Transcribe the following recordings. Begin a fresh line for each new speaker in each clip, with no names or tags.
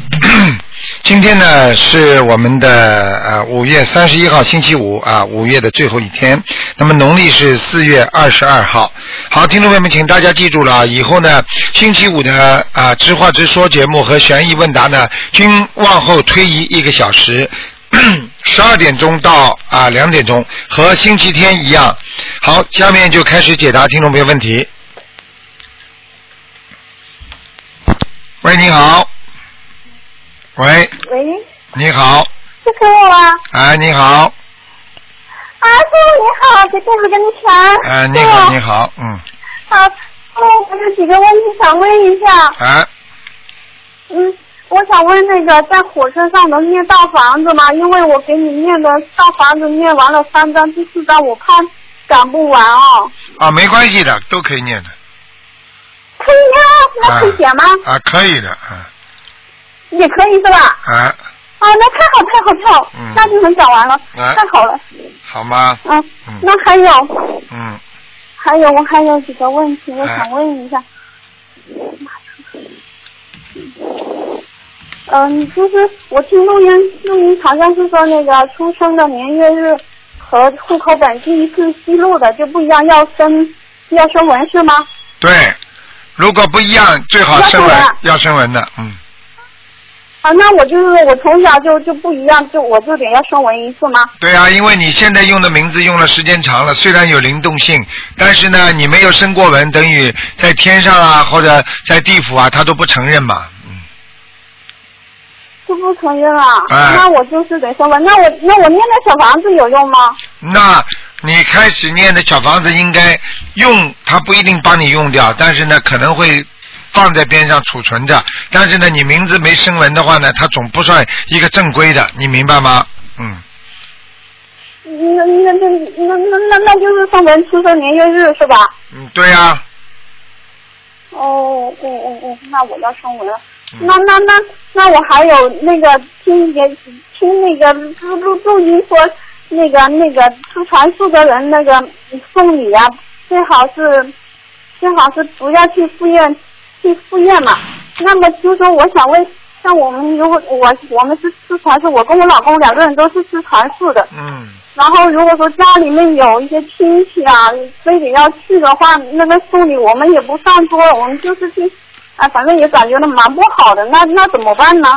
今天呢是我们的呃五月三十一号星期五啊，五月的最后一天。那么农历是四月二十二号。好，听众朋友们，请大家记住了啊，以后呢星期五的啊直话直说节目和悬疑问答呢均往后推移一个小时。 十二点钟到啊两点钟，和星期天一样。好，下面就开始解答听众朋友问题。喂，你好。喂，
喂，
你好，
是师傅吗？
哎，你好，
啊，师傅你好，给师傅跟你讲。
哎，你好，
师
你好，嗯，
傅啊，哦，我有几个问题想问一下。
哎，
嗯，我想问那个在火车上能念大房子吗？因为我给你念的大房子念完了三章，第四章我怕赶不完哦。
啊，没关系的，都可以念的，
可以呀，那可以写吗？
啊，可以的，啊，
也可以是吧？
啊，
啊，那太好太好太好，
嗯
那就能讲完了，
哎
太好了。
好吗？
嗯，
嗯
那还有。
嗯，
还有我还有几个问题，我
哎
想问一下。嗯，就是我听录音，录音好像是说那个出生的年月日和户口本第一次记录的就不一样，要升要升文是吗？
对，如果不一样，最好声
要
纹
声，
要声纹的，嗯，
啊，那我就是我从小就就不一样，就我就得要升文一次吗？
对啊，因为你现在用的名字用了时间长了，虽然有灵动性，但是呢，你没有升过文，等于在天上啊或者在地府啊，他都不承认嘛，嗯，
就不承认啊？
哎
那我就是得升文，那我那我念的小房子有用吗？
那你开始念的小房子应该用，它不一定帮你用掉，但是呢，可能会放在边上储存着。但是呢，你名字没声纹的话呢，它总不算一个正规的，你明白吗？嗯，
那那那那那那那就是送人出生年月日是吧？
嗯，对呀、
哦，哦哦哦，那我要升文。
嗯
那那那那我还有那个听也听那个录录录音说，那个那个吃传素的人那个送礼啊，最好是最好是不要去赴宴去赴宴嘛。那么就说我想问，像我们如果我我们是吃传素，我跟我老公两个人都是吃传素的，
嗯，
然后如果说家里面有一些亲戚啊，非得要去的话，那个送礼我们也不上桌，我们就是去，啊，反正也感觉到蛮不好的，那那怎么办呢？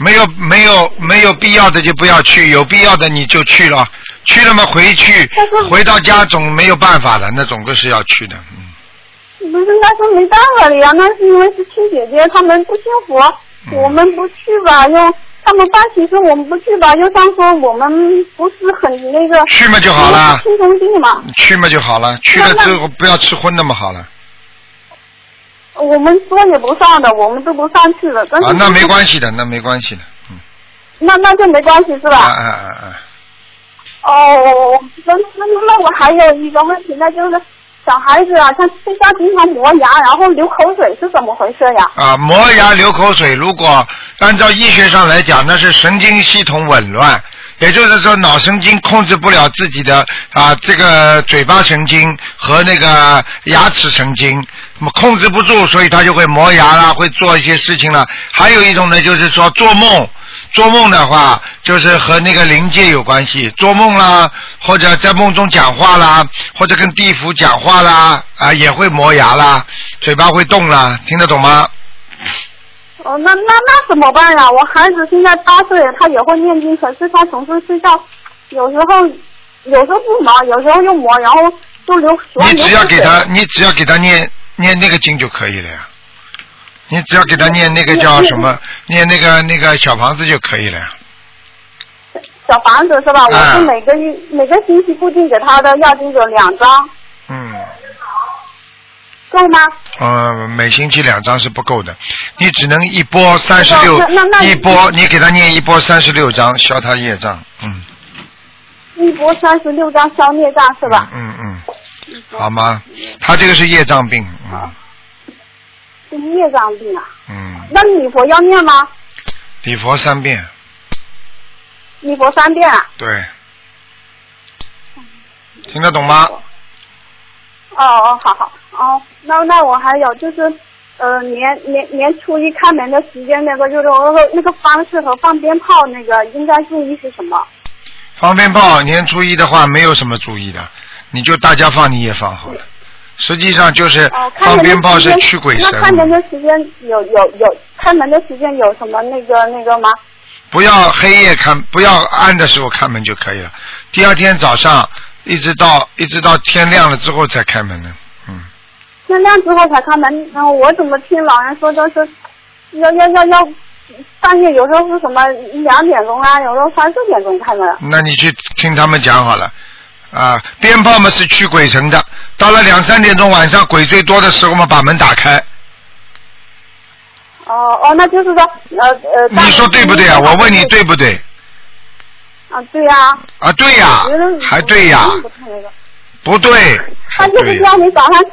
没有没有没有必要的就不要去，有必要的你就去了，去了嘛回去
但是，
回到家总没有办法了，那总归是要去的。嗯
不是，那是没办法的呀，那是因为是亲姐姐他们不信佛，
嗯
我们不去吧，又他们办喜事我们不去吧，又当说我们不是很那个
去嘛就好了，
亲兄弟嘛，
去嘛就好了，去了
那那
之后不要吃荤的嘛，好了。
我们桌也不上的，我们都不上去的，但是、
啊，那没关系的，那没关系的，嗯，
那那就没关系是吧？
啊啊啊啊，
哦，那那那我还有一个问题，那就是小孩子啊，他在家经常磨牙，然后流口水是怎么回事呀？
啊，磨牙流口水，如果按照医学上来讲，那是神经系统紊乱，也就是说脑神经控制不了自己的啊这个嘴巴神经和那个牙齿神经，那么控制不住，所以他就会磨牙啦，会做一些事情啦。还有一种呢，就是说做梦。做梦的话，就是和那个灵界有关系，做梦啦，或者在梦中讲话啦，或者跟地府讲话啦，啊，也会磨牙啦，嘴巴会动啦，听得懂吗？
哦，那那那怎么办呀？我孩子现在八岁了，他也会念经，可是他总是睡觉，有时候有时候不磨，有时候又磨，然后就流主要
你
流
只
口
要给
水。
他，你只要给他念念那个经就可以了呀。你只要给他念那个叫什么，念那个那个小房子就可以了呀。
小房子是吧？我
啊
是每个月、每个星期固定给他的要经者两张，
嗯，
够吗？
呃，每星期两张是不够的，你只能一波三十六
那那那，
一波你给他念一波三十六张，消他业障。嗯，
一波三十六张消孽障是吧？
嗯嗯嗯，好吗？他这个是业障病。嗯，
是业障病啊。
嗯，
那礼佛要念吗？
礼佛三遍，
礼佛三遍啊。
对，听得懂吗？
哦哦，好好哦，那那我还有就是，呃，年年年初一开门的时间那个就是我那个方式和放鞭炮那个应该注意是什么？
放鞭炮，年初一的话没有什么注意的，你就大家放你也放好了。实际上就是
哦，开
呃放
门的
鞭炮
时
是
间
驱鬼
那开门
神，
的时间有有有开门的时间有什么那个那个吗？
不要黑夜看，不要暗的时候开门就可以了。第二天早上一直到一直到天亮了之后才开门呢。嗯，
天亮之后才开门，然后我怎么听老人说都是要要要要半夜有时候是什么两点钟啊，有时候三四点钟开门。啊
那你去听他们讲好了。啊，鞭炮嘛是驱鬼神的，到了两三点钟晚上鬼最多的时候嘛，把门打开。
哦哦，那就是说呃呃。
你说对不对啊？我问你对不对？
啊，对呀、
啊，对呀、
我觉得嗯
还对呀、
我不太那个
不对，
他
还
就
对
是
呀、
叫你早上是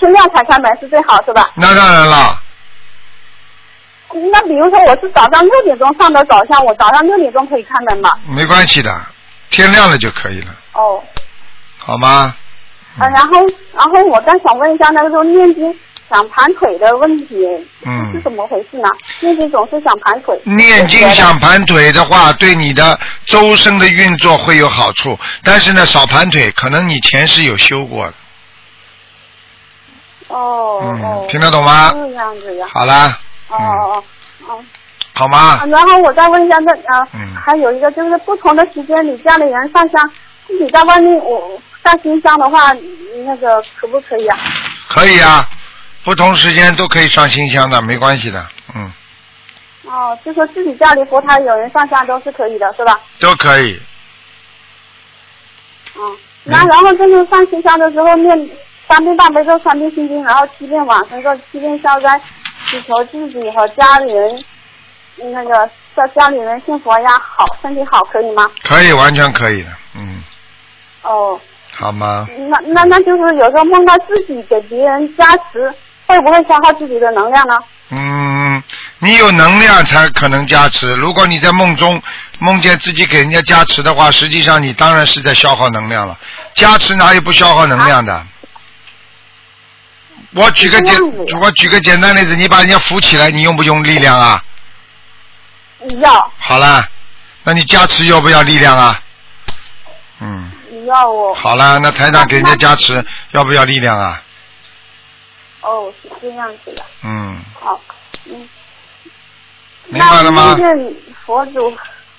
天亮才开门是最好是吧？
那当然了，
那比如说我是早上六点钟上的早上，我早上六点钟可以开门嘛？
没关系的，天亮了就可以了，
哦，
好吗？嗯
呃，然后然后我再想问一下那个时候念经想盘腿的问题
嗯
是怎么回事呢？念经总是想盘腿，
念经想盘腿的话，对你的周身的运作会有好处，但是呢，少盘腿，可能你前世有修过的，
哦哦
嗯，，听得懂吗？嗯
这样子呀，
好啦，
哦哦哦哦。
好吗
啊，？然后我再问一下，那呃，
嗯
还有一个就是不同的时间里家里人上香，自己在外面我上新香的话，那个可不可以啊？
可以啊，不同时间都可以上新香的，没关系的，嗯，
哦，就说自己家里佛台有人上香都是可以的，是吧？
都可以。
嗯，那然后就是上新香的时候念三遍大悲咒、三遍心经，然后七遍往生咒、七遍消灾，祈求自己和家里人那个叫家里人信佛呀，好身体好，可以吗？
可以，完全可以的，嗯，
哦。
好吗？
那那那就是有时候梦到自己给别人加持，会不会消耗自己的能量呢？
嗯，你有能量才可能加持。如果你在梦中梦见自己给人家加持的话，实际上你当然是在消耗能量了。加持哪有不消耗能量的？我举个简
是这样子呀，
啊我举个简单例子，你把人家扶起来，你用不用力量啊？
要
好啦，那你加持要不要力量啊？嗯，
要哦
好啦，那台长给人家加持要不要力量啊？
哦，是这样子的。
嗯，
好，嗯。
明白了吗
那梦见佛祖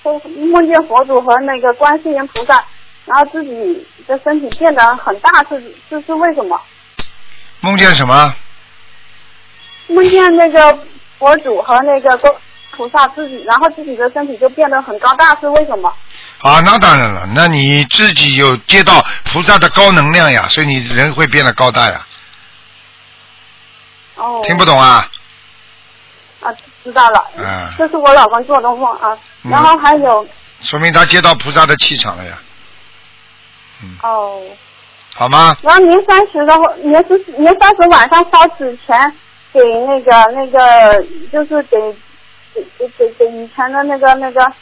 和梦见佛祖和那个观世音菩萨，然后自己的身体变得很大，是这是为什么？
梦见什么？
梦见那个佛祖和那个观菩萨自己，然后自己的身体就变得很高大，是为什么？
啊，那当然了，那你自己有接到菩萨的高能量呀，所以你人会变得高大呀。
哦，
听不懂啊？
啊，知道了。
嗯
这是我老公做的梦啊。
嗯
然后还有、
说明他接到菩萨的气场了呀，
哦，
好吗？
然后年三十的话，年十四年三十晚上烧纸钱给那个那个，就是给给给给给以前的那个那个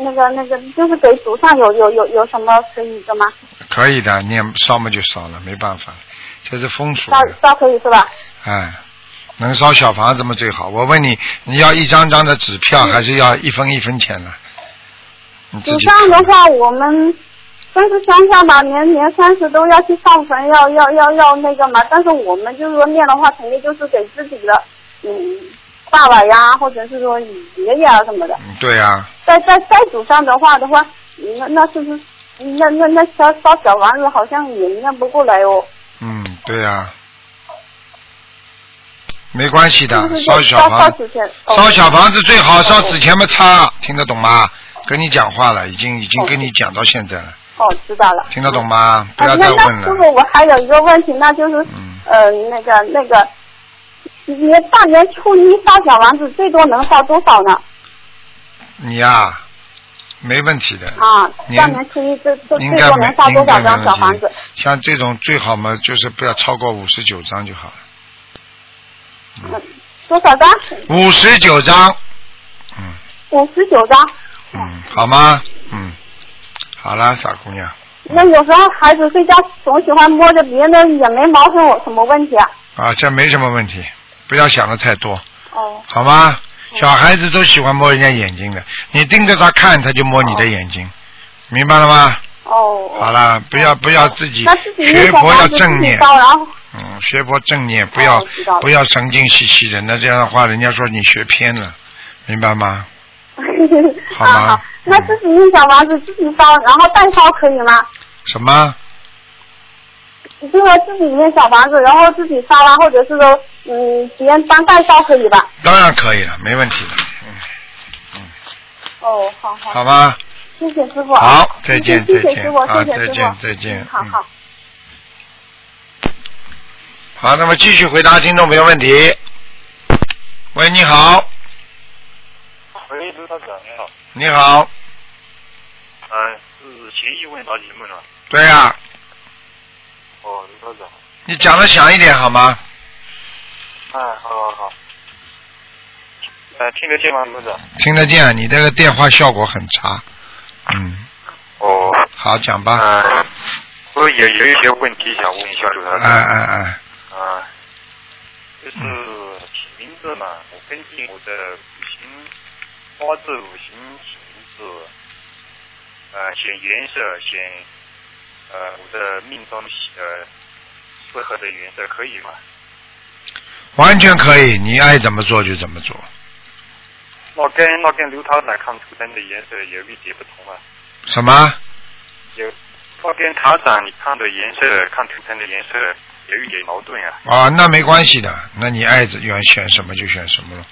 那个那个，就是给祖上有有有有什么可以的吗？
可以的，念烧嘛就烧了，没办法，这是风俗
烧
的，
烧可以是吧？
哎，能烧小房子嘛最好。我问你，你要一张张的纸票，
嗯
还是要一分一分钱呢？你自
祖
己
上
看
的
吧
话，我们但是乡下吧，年年三十都要去上坟，要要要要那个嘛。但是我们就是说念的话，肯定就是给自己的嗯爸爸呀，或者是说爷爷啊什么的。
嗯对呀、
在在在祖上的话的话，那那是不是那那那烧烧小丸子好像也念不过来哦？
嗯，对呀、没关系
是
的
不，是
烧
就
小
烧
房
烧
子。
纸钱？哦
烧小房子最好烧纸钱嘛擦，听得懂吗？跟你讲话了，已经已经跟你讲到现在了，
哦，知道了。
听得懂吗？不
啊，
要
那
再
那
问
师
了。
傅，我还有一个问题，那就是，
嗯
呃，那个那个，年大年初一烧小王子，最多能烧多少呢？
你呀、没问题的，
啊，
年
大年初一最最
应
最
该
多
没
能烧
应
多
该
少
没
张小房
问题
子？。
像这种最好嘛，就是不要超过五十九张就好了。
嗯多少张？
五十九张，嗯
五十九张。
嗯，好吗？嗯，好啦，傻姑娘，
那有时候孩子睡觉总喜欢摸着别人的眼眉毛，是我什么问题啊？
啊，这没什么问题，不要想的太多，
哦，
好吗？小孩子都喜欢摸人家眼睛的，你盯着他看，他就摸你的眼睛，明白了吗？
哦。
好啦，不要不要自己
那自己
学
那种
佛要
房子自
正
己
念，
烧，然后
嗯，学佛正念，不要、
哦知道了
不要神经兮兮的，那这样的话，人家说你学偏了，明白吗？好吗
啊好，那自己印小房子自己烧，然后代烧可以吗？
什么？
就是自己念小房子，然后自己烧啊，或者是说，嗯，别人帮代烧可以吧？
当然可以了，没问题的，嗯，
哦，好好，
好吧，
谢谢师傅啊。
好，再见，
谢
再
谢谢谢
见
师傅，
啊，
谢
再
谢师
见，
傅。
再见，
好
嗯
好。
好，那么继续回答听众朋友问题。喂，你好，
喂，刘道长你好，
你好，
嗯、是秦义问答节目呢。
对呀、
哦，刘道长，
你讲的响一点好吗？
哎，好好好。哎、听得见吗，刘道长？
听得见，啊你这个电话效果很差。嗯，
哦，
好，讲
嗯、
吧。
我有有一些问题想问一下刘
哎
道长。
哎哎，
啊，就是起名字嘛，我根据我的五行八字五行起名字，呃，选颜色，选呃我的命中呃适合的颜色可以吗？
完全可以，你爱怎么做就怎么做。
那跟那跟刘涛来看图腾的颜色有一点不同啊，
什么？
有那跟台长你看的颜色看图腾的颜色有一点矛盾啊。
啊，那没关系的，那你爱选选什么就选什么了。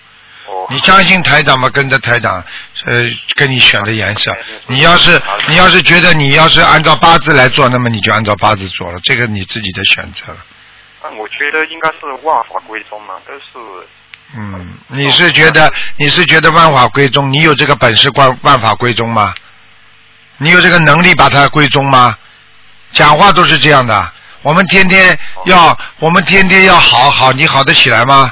哦，
你相信台长吗？跟着台长，呃，跟你选的颜色。你要是你要是觉得你要是按照八字来做，那么你就按照八字做了，这个你自己的选择了。
那我觉得应该是万法归宗嘛，都是
嗯，你是觉得你是觉得万法归宗，你有这个本事观万法归宗吗？你有这个能力把它归宗吗？讲话都是这样的，我们天天要我们天天要好好，你好得起来吗？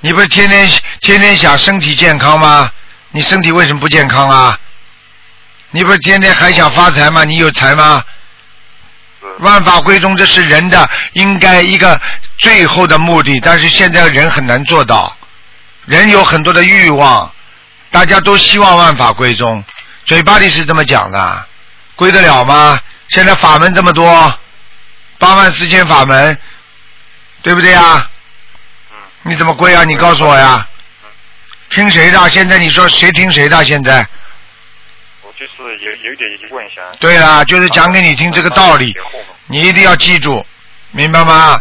你不是天天天天想身体健康吗？你身体为什么不健康啊？你不是天天还想发财吗？你有财吗？
是
万法归宗，这是人的应该一个最后的目的，但是现在人很难做到，人有很多的欲望，大家都希望万法归宗，嘴巴里是这么讲的，归得了吗？现在法门这么多，八万四千法门，对不对啊？
嗯
你怎么归啊？你告诉我呀？听谁的？现在你说谁听谁的？现在？
我就是有有点疑问想。
对啦，就是讲给你听这个道理。你一定要记住，明白吗？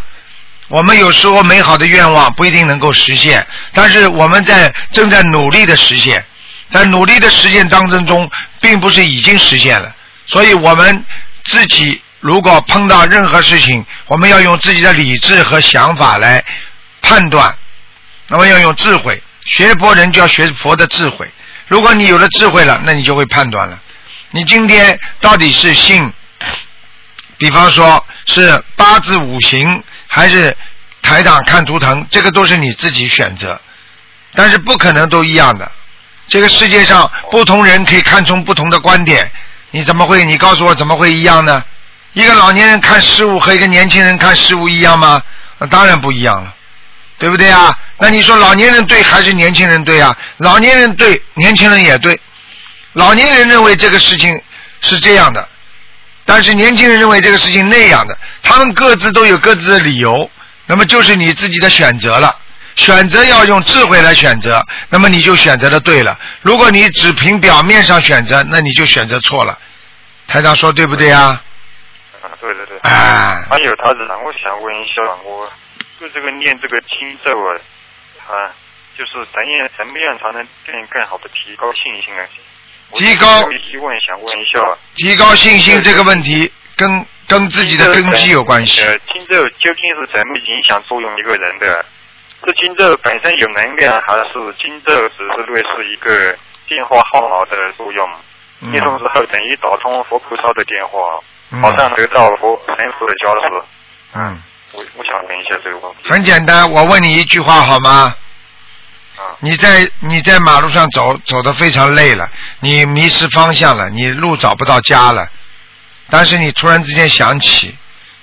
我们有时候美好的愿望不一定能够实现，但是我们在正在努力的实现，在努力的实现当中中，并不是已经实现了，所以我们自己如果碰到任何事情，我们要用自己的理智和想法来判断，那么要用智慧。学佛人就要学佛的智慧，如果你有了智慧了，那你就会判断了。你今天到底是信比方说是八字五行还是台长看图腾，这个都是你自己选择，但是不可能都一样的。这个世界上不同人可以看从不同的观点，你怎么会？你告诉我怎么会一样呢？一个老年人看事物和一个年轻人看事物一样吗？那当然不一样了，对不对啊？那你说老年人对还是年轻人对啊？老年人对，年轻人也对。老年人认为这个事情是这样的，但是年轻人认为这个事情那样的，他们各自都有各自的理由，那么就是你自己的选择了。选择要用智慧来选择，那么你就选择的对了。如果你只凭表面上选择，那你就选择错了。台长说对不对啊？
啊，对对对。
哎
还有他长，我想问一下，我就这个念这个经咒啊，啊，就是怎样怎么样才能更更好的提高信心啊？我
提高
有疑问想问一下，
提高信心这个问题跟跟自己的根基有关系。
呃，经咒究竟是怎么影响作用一个人的？这经咒本身有能量，还是经咒只是类似一个电话号码的作用？
嗯
念诵之后等于打通佛菩萨的电话，
嗯
好像得到佛神佛的加持。
嗯，
我我想问一下这个问题。
很简单，我问你一句话好吗？
啊，
你在你在马路上走，走得非常累了，你迷失方向了，你路找不到家了，但是你突然之间想起，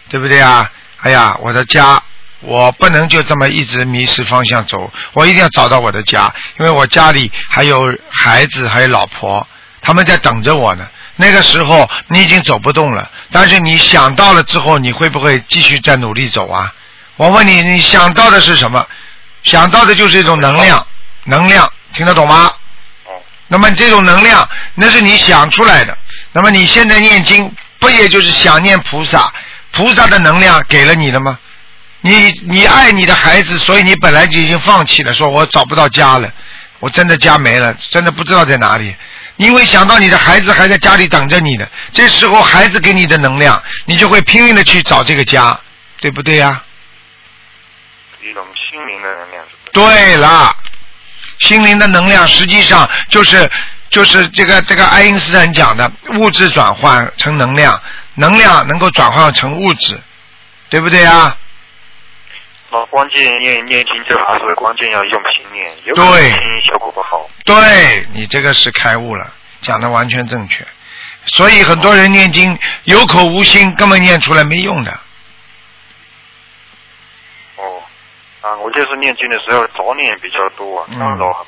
对不对啊？哎呀，我的家，我不能就这么一直迷失方向走，我一定要找到我的家，因为我家里还有孩子，还有老婆，他们在等着我呢。那个时候你已经走不动了，但是你想到了之后，你会不会继续再努力走啊？我问你，你想到的是什么？想到的就是一种能量，能量听得懂吗？
哦，
那么这种能量，那是你想出来的。那么你现在念经，不也就是想念菩萨？菩萨的能量给了你了吗？你你爱你的孩子，所以你本来就已经放弃了，说我找不到家了，我真的家没了，真的不知道在哪里。因为想到你的孩子还在家里等着你呢，这时候孩子给你的能量，你就会拼命的去找这个家，对不对呀、
一种心灵的能量是不是？
对了，心灵的能量实际上就是就是这个这个爱因斯坦讲的物质转换成能量，能量能够转换成物质，对不对啊？
哦，关键念念经这还是关键要用心念，有可能
对
心效果不好。
对你这个是开悟了，讲的完全正确。所以很多人念经有口无心，根本念出来没用的。
哦，啊，我就是念经的时候杂念比较多啊，
嗯
干扰，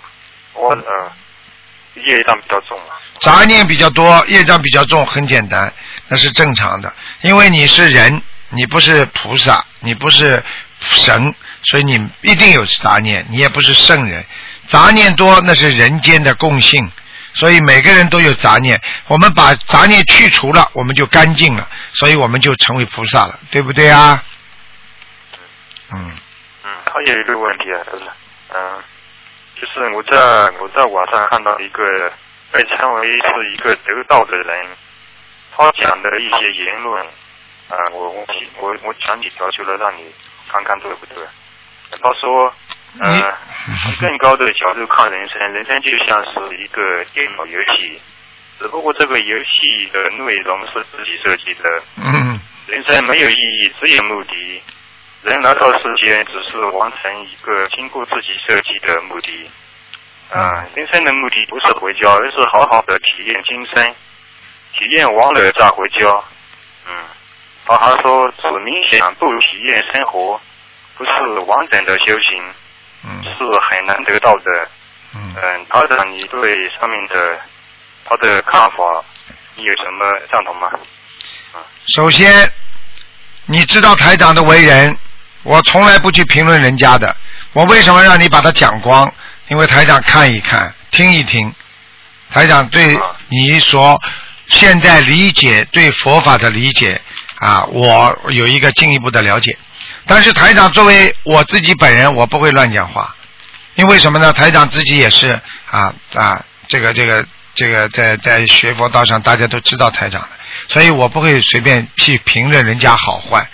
我呃业障比较重啊。
杂念比较多，业障比较重，很简单，那是正常的，因为你是人，你不是菩萨，你不是神，所以你一定有杂念，你也不是圣人，杂念多那是人间的共性。所以每个人都有杂念，我们把杂念去除了，我们就干净了，所以我们就成为菩萨了，对不对啊？嗯，
嗯，还有一个问题啊，就是，嗯、就是我在我在网上看到一个被称为是一个得道的人，他讲的一些言论，啊、我我提我我讲几条出来让你看看对不对？他说，
你
呃，从 更高的角度看人生，人生就像是一个电脑游戏，只不过这个游戏的内容是自己设计的，
嗯，
人生没有意义，只有目的。人来到世间，只是完成一个经过自己设计的目的。啊、人生的目的不是回家，而是好好的体验今生，体验完了再回家。嗯，他还说，只冥想不体验生活，不是完整的修行，
嗯，
是很难得到的。
嗯，
嗯，他长，你对上面的他的看法，你有什么赞同吗？
首先，你知道台长的为人，我从来不去评论人家的。我为什么让你把它讲光？因为台长看一看，听一听，台长对你所现在理解对佛法的理解啊，我有一个进一步的了解。但是台长作为我自己本人，我不会乱讲话，因为什么呢？台长自己也是啊啊，这个这个这个在在学佛道上，大家都知道台长的，所以我不会随便去评论人家好坏。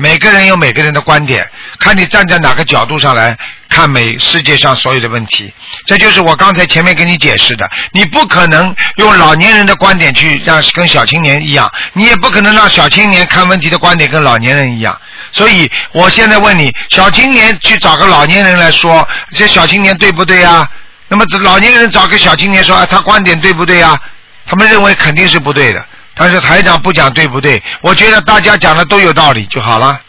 每个人有每个人的观点，看你站在哪个角度上来看每世界上所有的问题。这就是我刚才前面跟你解释的，你不可能用老年人的观点去让跟小青年一样，你也不可能让小青年看问题的观点跟老年人一样。所以我现在问你，小青年去找个老年人来说，这小青年对不对啊？那么老年人找个小青年说，啊，他观点对不对啊？他们认为肯定是不对的。但是台长不讲对不对？我觉得大家讲的都有道理就好了，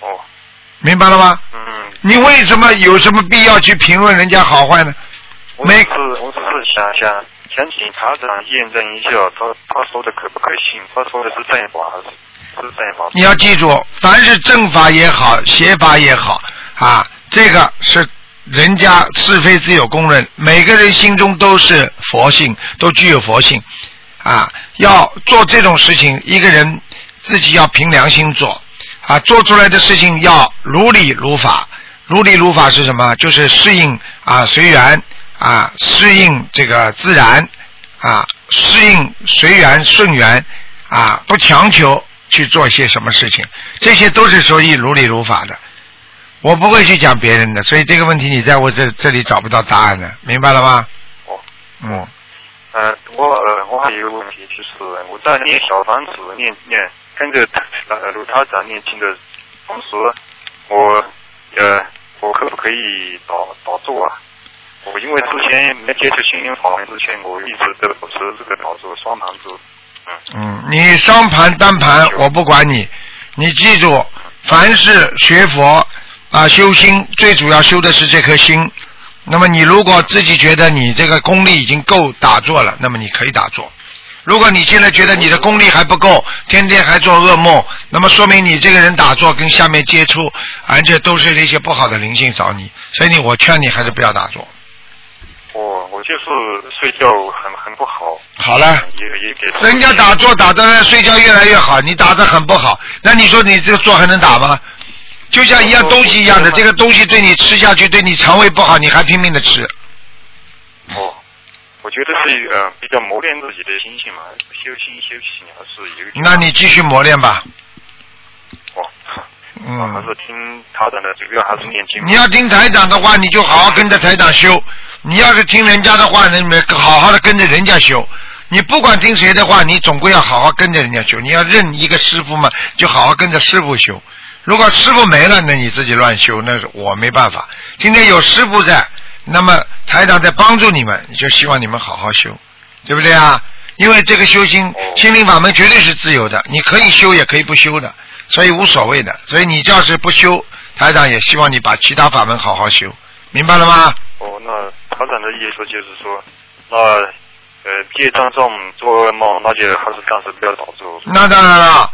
哦，
明白了吗？
嗯，
你为什么有什么必要去评论人家好坏呢？
我只
没
是我只是想想想请台长验证一下，他他说的可不可信？他说的是正法还是是正法？
你要记住，凡是正法也好，邪法也好，啊，这个是人家是非自有公论，每个人心中都是佛性，都具有佛性，啊，要做这种事情，一个人自己要凭良心做，啊，做出来的事情要如理如法。如理如法是什么？就是适应啊随缘啊，适应这个自然啊，适应随缘顺缘啊，不强求去做一些什么事情，这些都是属于如理如法的。我不会去讲别人的，所以这个问题你在我这这里找不到答案的，明白了吗？
哦，
嗯，
呃，我呃我还有一个问题就是我在念小房子念念跟着呃卢台长念经的同时，我呃我可不可以打打坐啊？我因为之前没接触心灵法门之前，我一直都保持这个打坐双盘坐。嗯，
嗯，你双盘单盘我不管你，你记住，凡是学佛啊修心，最主要修的是这颗心。那么你如果自己觉得你这个功力已经够打坐了，那么你可以打坐。如果你现在觉得你的功力还不够，天天还做噩梦，那么说明你这个人打坐跟下面接触，而且都是那些不好的灵性找你。所以你我劝你还是不要打坐。
我我就是睡觉很很不好，
好了。
也也给
啊人家打坐打的睡觉越来越好，你打的很不好，那你说你这个坐还能打吗？就像一样东西一样的，这个东西对你吃下去对你肠胃不好，你还拼命的吃。
哦，我觉得是呃比较磨练自己的心性嘛，修心修行还是有一点。
那你继续磨练吧，
哦，我还
嗯。
是听他长的，主要还是念经。
你要听台长的话，你就好好跟着台长修；你要是听人家的话，那你们好好的跟着人家修。你不管听谁的话，你总归要好好跟着人家修。你要认一个师傅嘛，就好好跟着师傅修。如果师傅没了，那你自己乱修，那是我没办法。今天有师傅在，那么台长在帮助你们，就希望你们好好修，对不对啊？因为这个修心心灵法门绝对是自由的，你可以修也可以不修的，所以无所谓的。所以你要是不修，台长也希望你把其他法门好好修，明白了吗？
哦，那他长的意思就是说，那呃业障重，做噩梦，那就还是暂时不要打坐。
那当然了，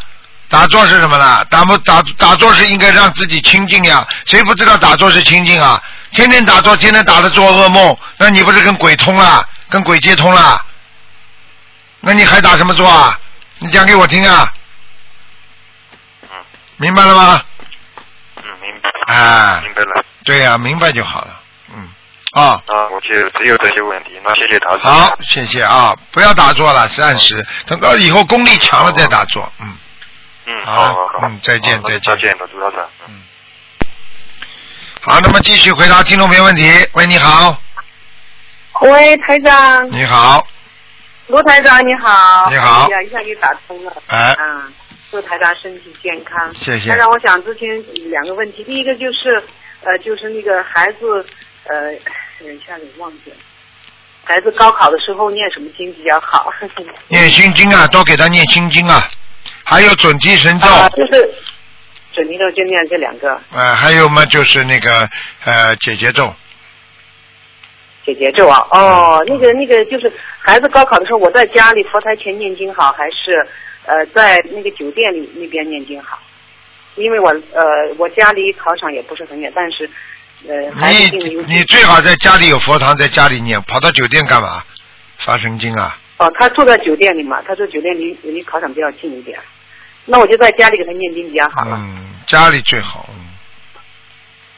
打坐是什么呢？打不打打坐是应该让自己清净呀，谁不知道打坐是清净啊？天天打坐，天天打着做噩梦，那你不是跟鬼通了，跟鬼接通了？那你还打什么坐啊？你讲给我听啊，
嗯
明白了吗？
嗯，明白。
啊
明白了。
对呀、明白就好了。嗯，啊，
那我就只有这些问题。那谢谢他长。
好，谢谢啊，不要打坐了，暂时，等到以后功力强了再打坐。嗯。
嗯，
好
好好好。
嗯再见
好那就
再
再
见
见，卢台长。嗯。
好，那么继续回答听众朋友问题。喂，你好，
喂，台长，
你好，
罗台长你好。
你好
哎呀，一下就打通了。
哎
嗯，祝台长身体健康。
谢谢
台长，我想咨询两个问题，第一个就是，呃，就是那个孩子，呃，等一下给忘记了，孩子高考的时候念什么经比较 好？
念心经啊，多给他念心经啊，还有准提神咒，
啊， 就是准提咒就念这两个
呃，还有嘛就是那个呃解结咒，
解结咒啊。哦，那个那个就是孩子高考的时候，我在家里佛台前念经好，还是呃在那个酒店里那边念经好？因为我呃我家离考场也不是很远，但是呃孩子进了
你
有
你最好在家里有佛堂，在家里念，跑到酒店干嘛？发神经啊！
哦，他住在酒店里嘛，他住酒店离离考场比较近一点，那我就在家里给他念经比较好了，
嗯，家里最好，嗯，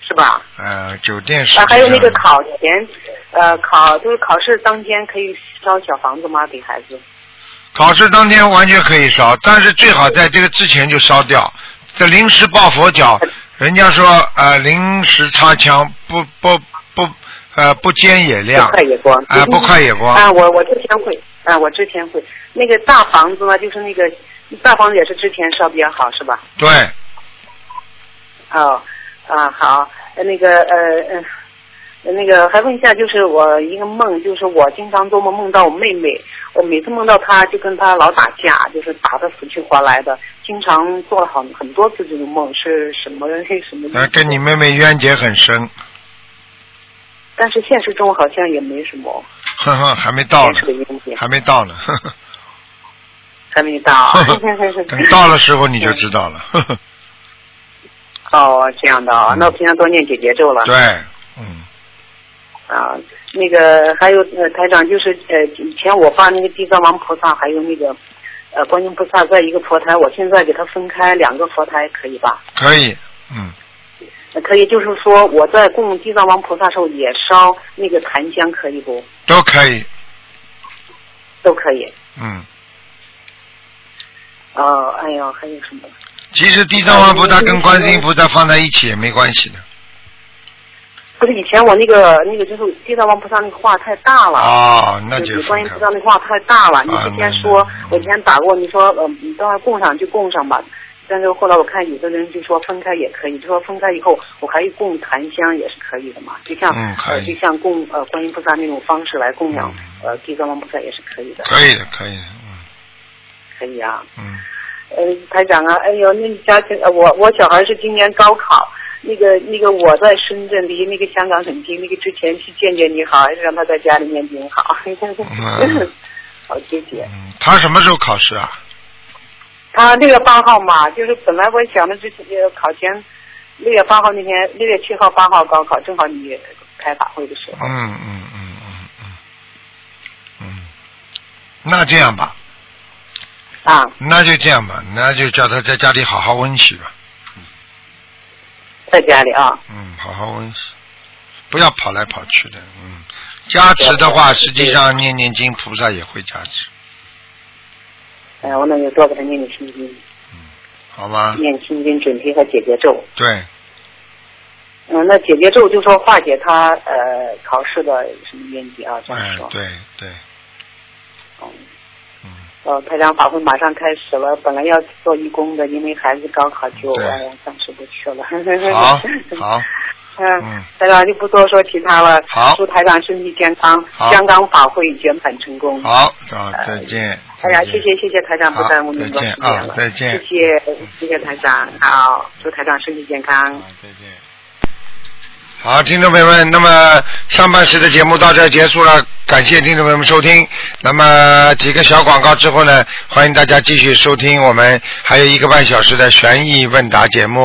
是吧？
呃，酒店是
啊，还有那个
这样的
考前，呃，考就是考试当天可以烧小房子吗？给孩子？
考试当天完全可以烧，但是最好在这个之前就烧掉。这临时抱佛脚，人家说呃临时插枪不不不呃不煎也亮
不快也光
啊、不快也光。
啊，我我之前会，啊，我之前会。那个大房子呢，就是那个大房子也是之前烧比较好，是吧？
对，
哦，啊好，呃那个呃呃，那个还问一下，就是我一个梦，就是我经常做梦梦到我妹妹，我每次梦到她就跟她老打架，就是打得死去活来的，经常做了好很多次这种梦，是什么 什么？
呃跟你。妹妹冤结很深，
但是现实中好像也没什么，
哼哼，还没到
现
呢
实，的因结
还没到呢， 呵呵。
还没到
等到了时候你就知道了， 呵呵
哦，这样的啊、
嗯
那我平常多念解结咒了。
对，嗯，
啊，那个还有呃，台长就是呃，以前我把那个地藏王菩萨还有那个呃观音菩萨在一个佛台，我现在给它分开两个佛台，可以吧？
可以，嗯，
呃可以，就是说我在供地藏王菩萨时候也烧那个檀香，可以不？
都可以，
都可以。
嗯。
哦，哎呦，还有什么？
其实地藏王菩萨跟观世音菩萨放在一起也没关系的，
不是以前我那个那个就是地藏王菩萨那个话太大了。
哦，那
啊就
就
是观
分
音
开
菩萨那话太大了，你
啊
之前
那
说
那，
我之前打过，你说呃，你到时候供上就供上吧。但是后来我看有的人就说分开也可以，就说分开以后我还供檀香也是可以的嘛，就像、
嗯可
呃
以
就像供呃观音菩萨那种方式来供养、
嗯
呃地藏王菩萨也是可以的，
可以的，可以的，
可以啊。
嗯
呃，台长啊，哎呦，那你家庭，呃我我小孩是今年高考，那个那个我在深圳离那个香港很近，那个之前去见见你好，还是让他在家里面挺好，
嗯
好纠结。
嗯，他什么时候考试啊？
他啊六月八号嘛，就是本来我想的之前呃考前六月八号那天，六月七号、八号高考，正好你开法会的时候。
嗯嗯嗯嗯嗯嗯，那这样吧，
啊，
那就这样吧，那就叫他在家里好好温习吧，
在家里啊，
嗯，好好温习，不要跑来跑去的，嗯，加持的话，实际上念念经，菩萨也会加持，
哎、我那就多给他念念心经，
好吗？
念心经准提和解结咒。
对，
嗯，那解结咒就说化解他呃考试的什么冤结啊，这样
哎
说。，
对对，
嗯
嗯，
呃，台长法会马上开始了，本来要做义工的，因为孩子高考就
对
哎呀暂时不去了。
好， 好，嗯
嗯，台长就不多说其他了。
好
祝台长身体健康
好，
香港法会圆满成功。，
好，好，再见。
哎呀，
再见
谢谢谢谢台长，不
好
耽误您多
再
时
见
间
啊
了。
再见
谢谢谢谢台长，好，祝台长身体健康。
好，啊再见。好，听众朋友们，那么上半时的节目到这儿结束了，感谢听众朋友们收听。那么几个小广告之后呢，欢迎大家继续收听我们还有一个半小时的悬疑问答节目。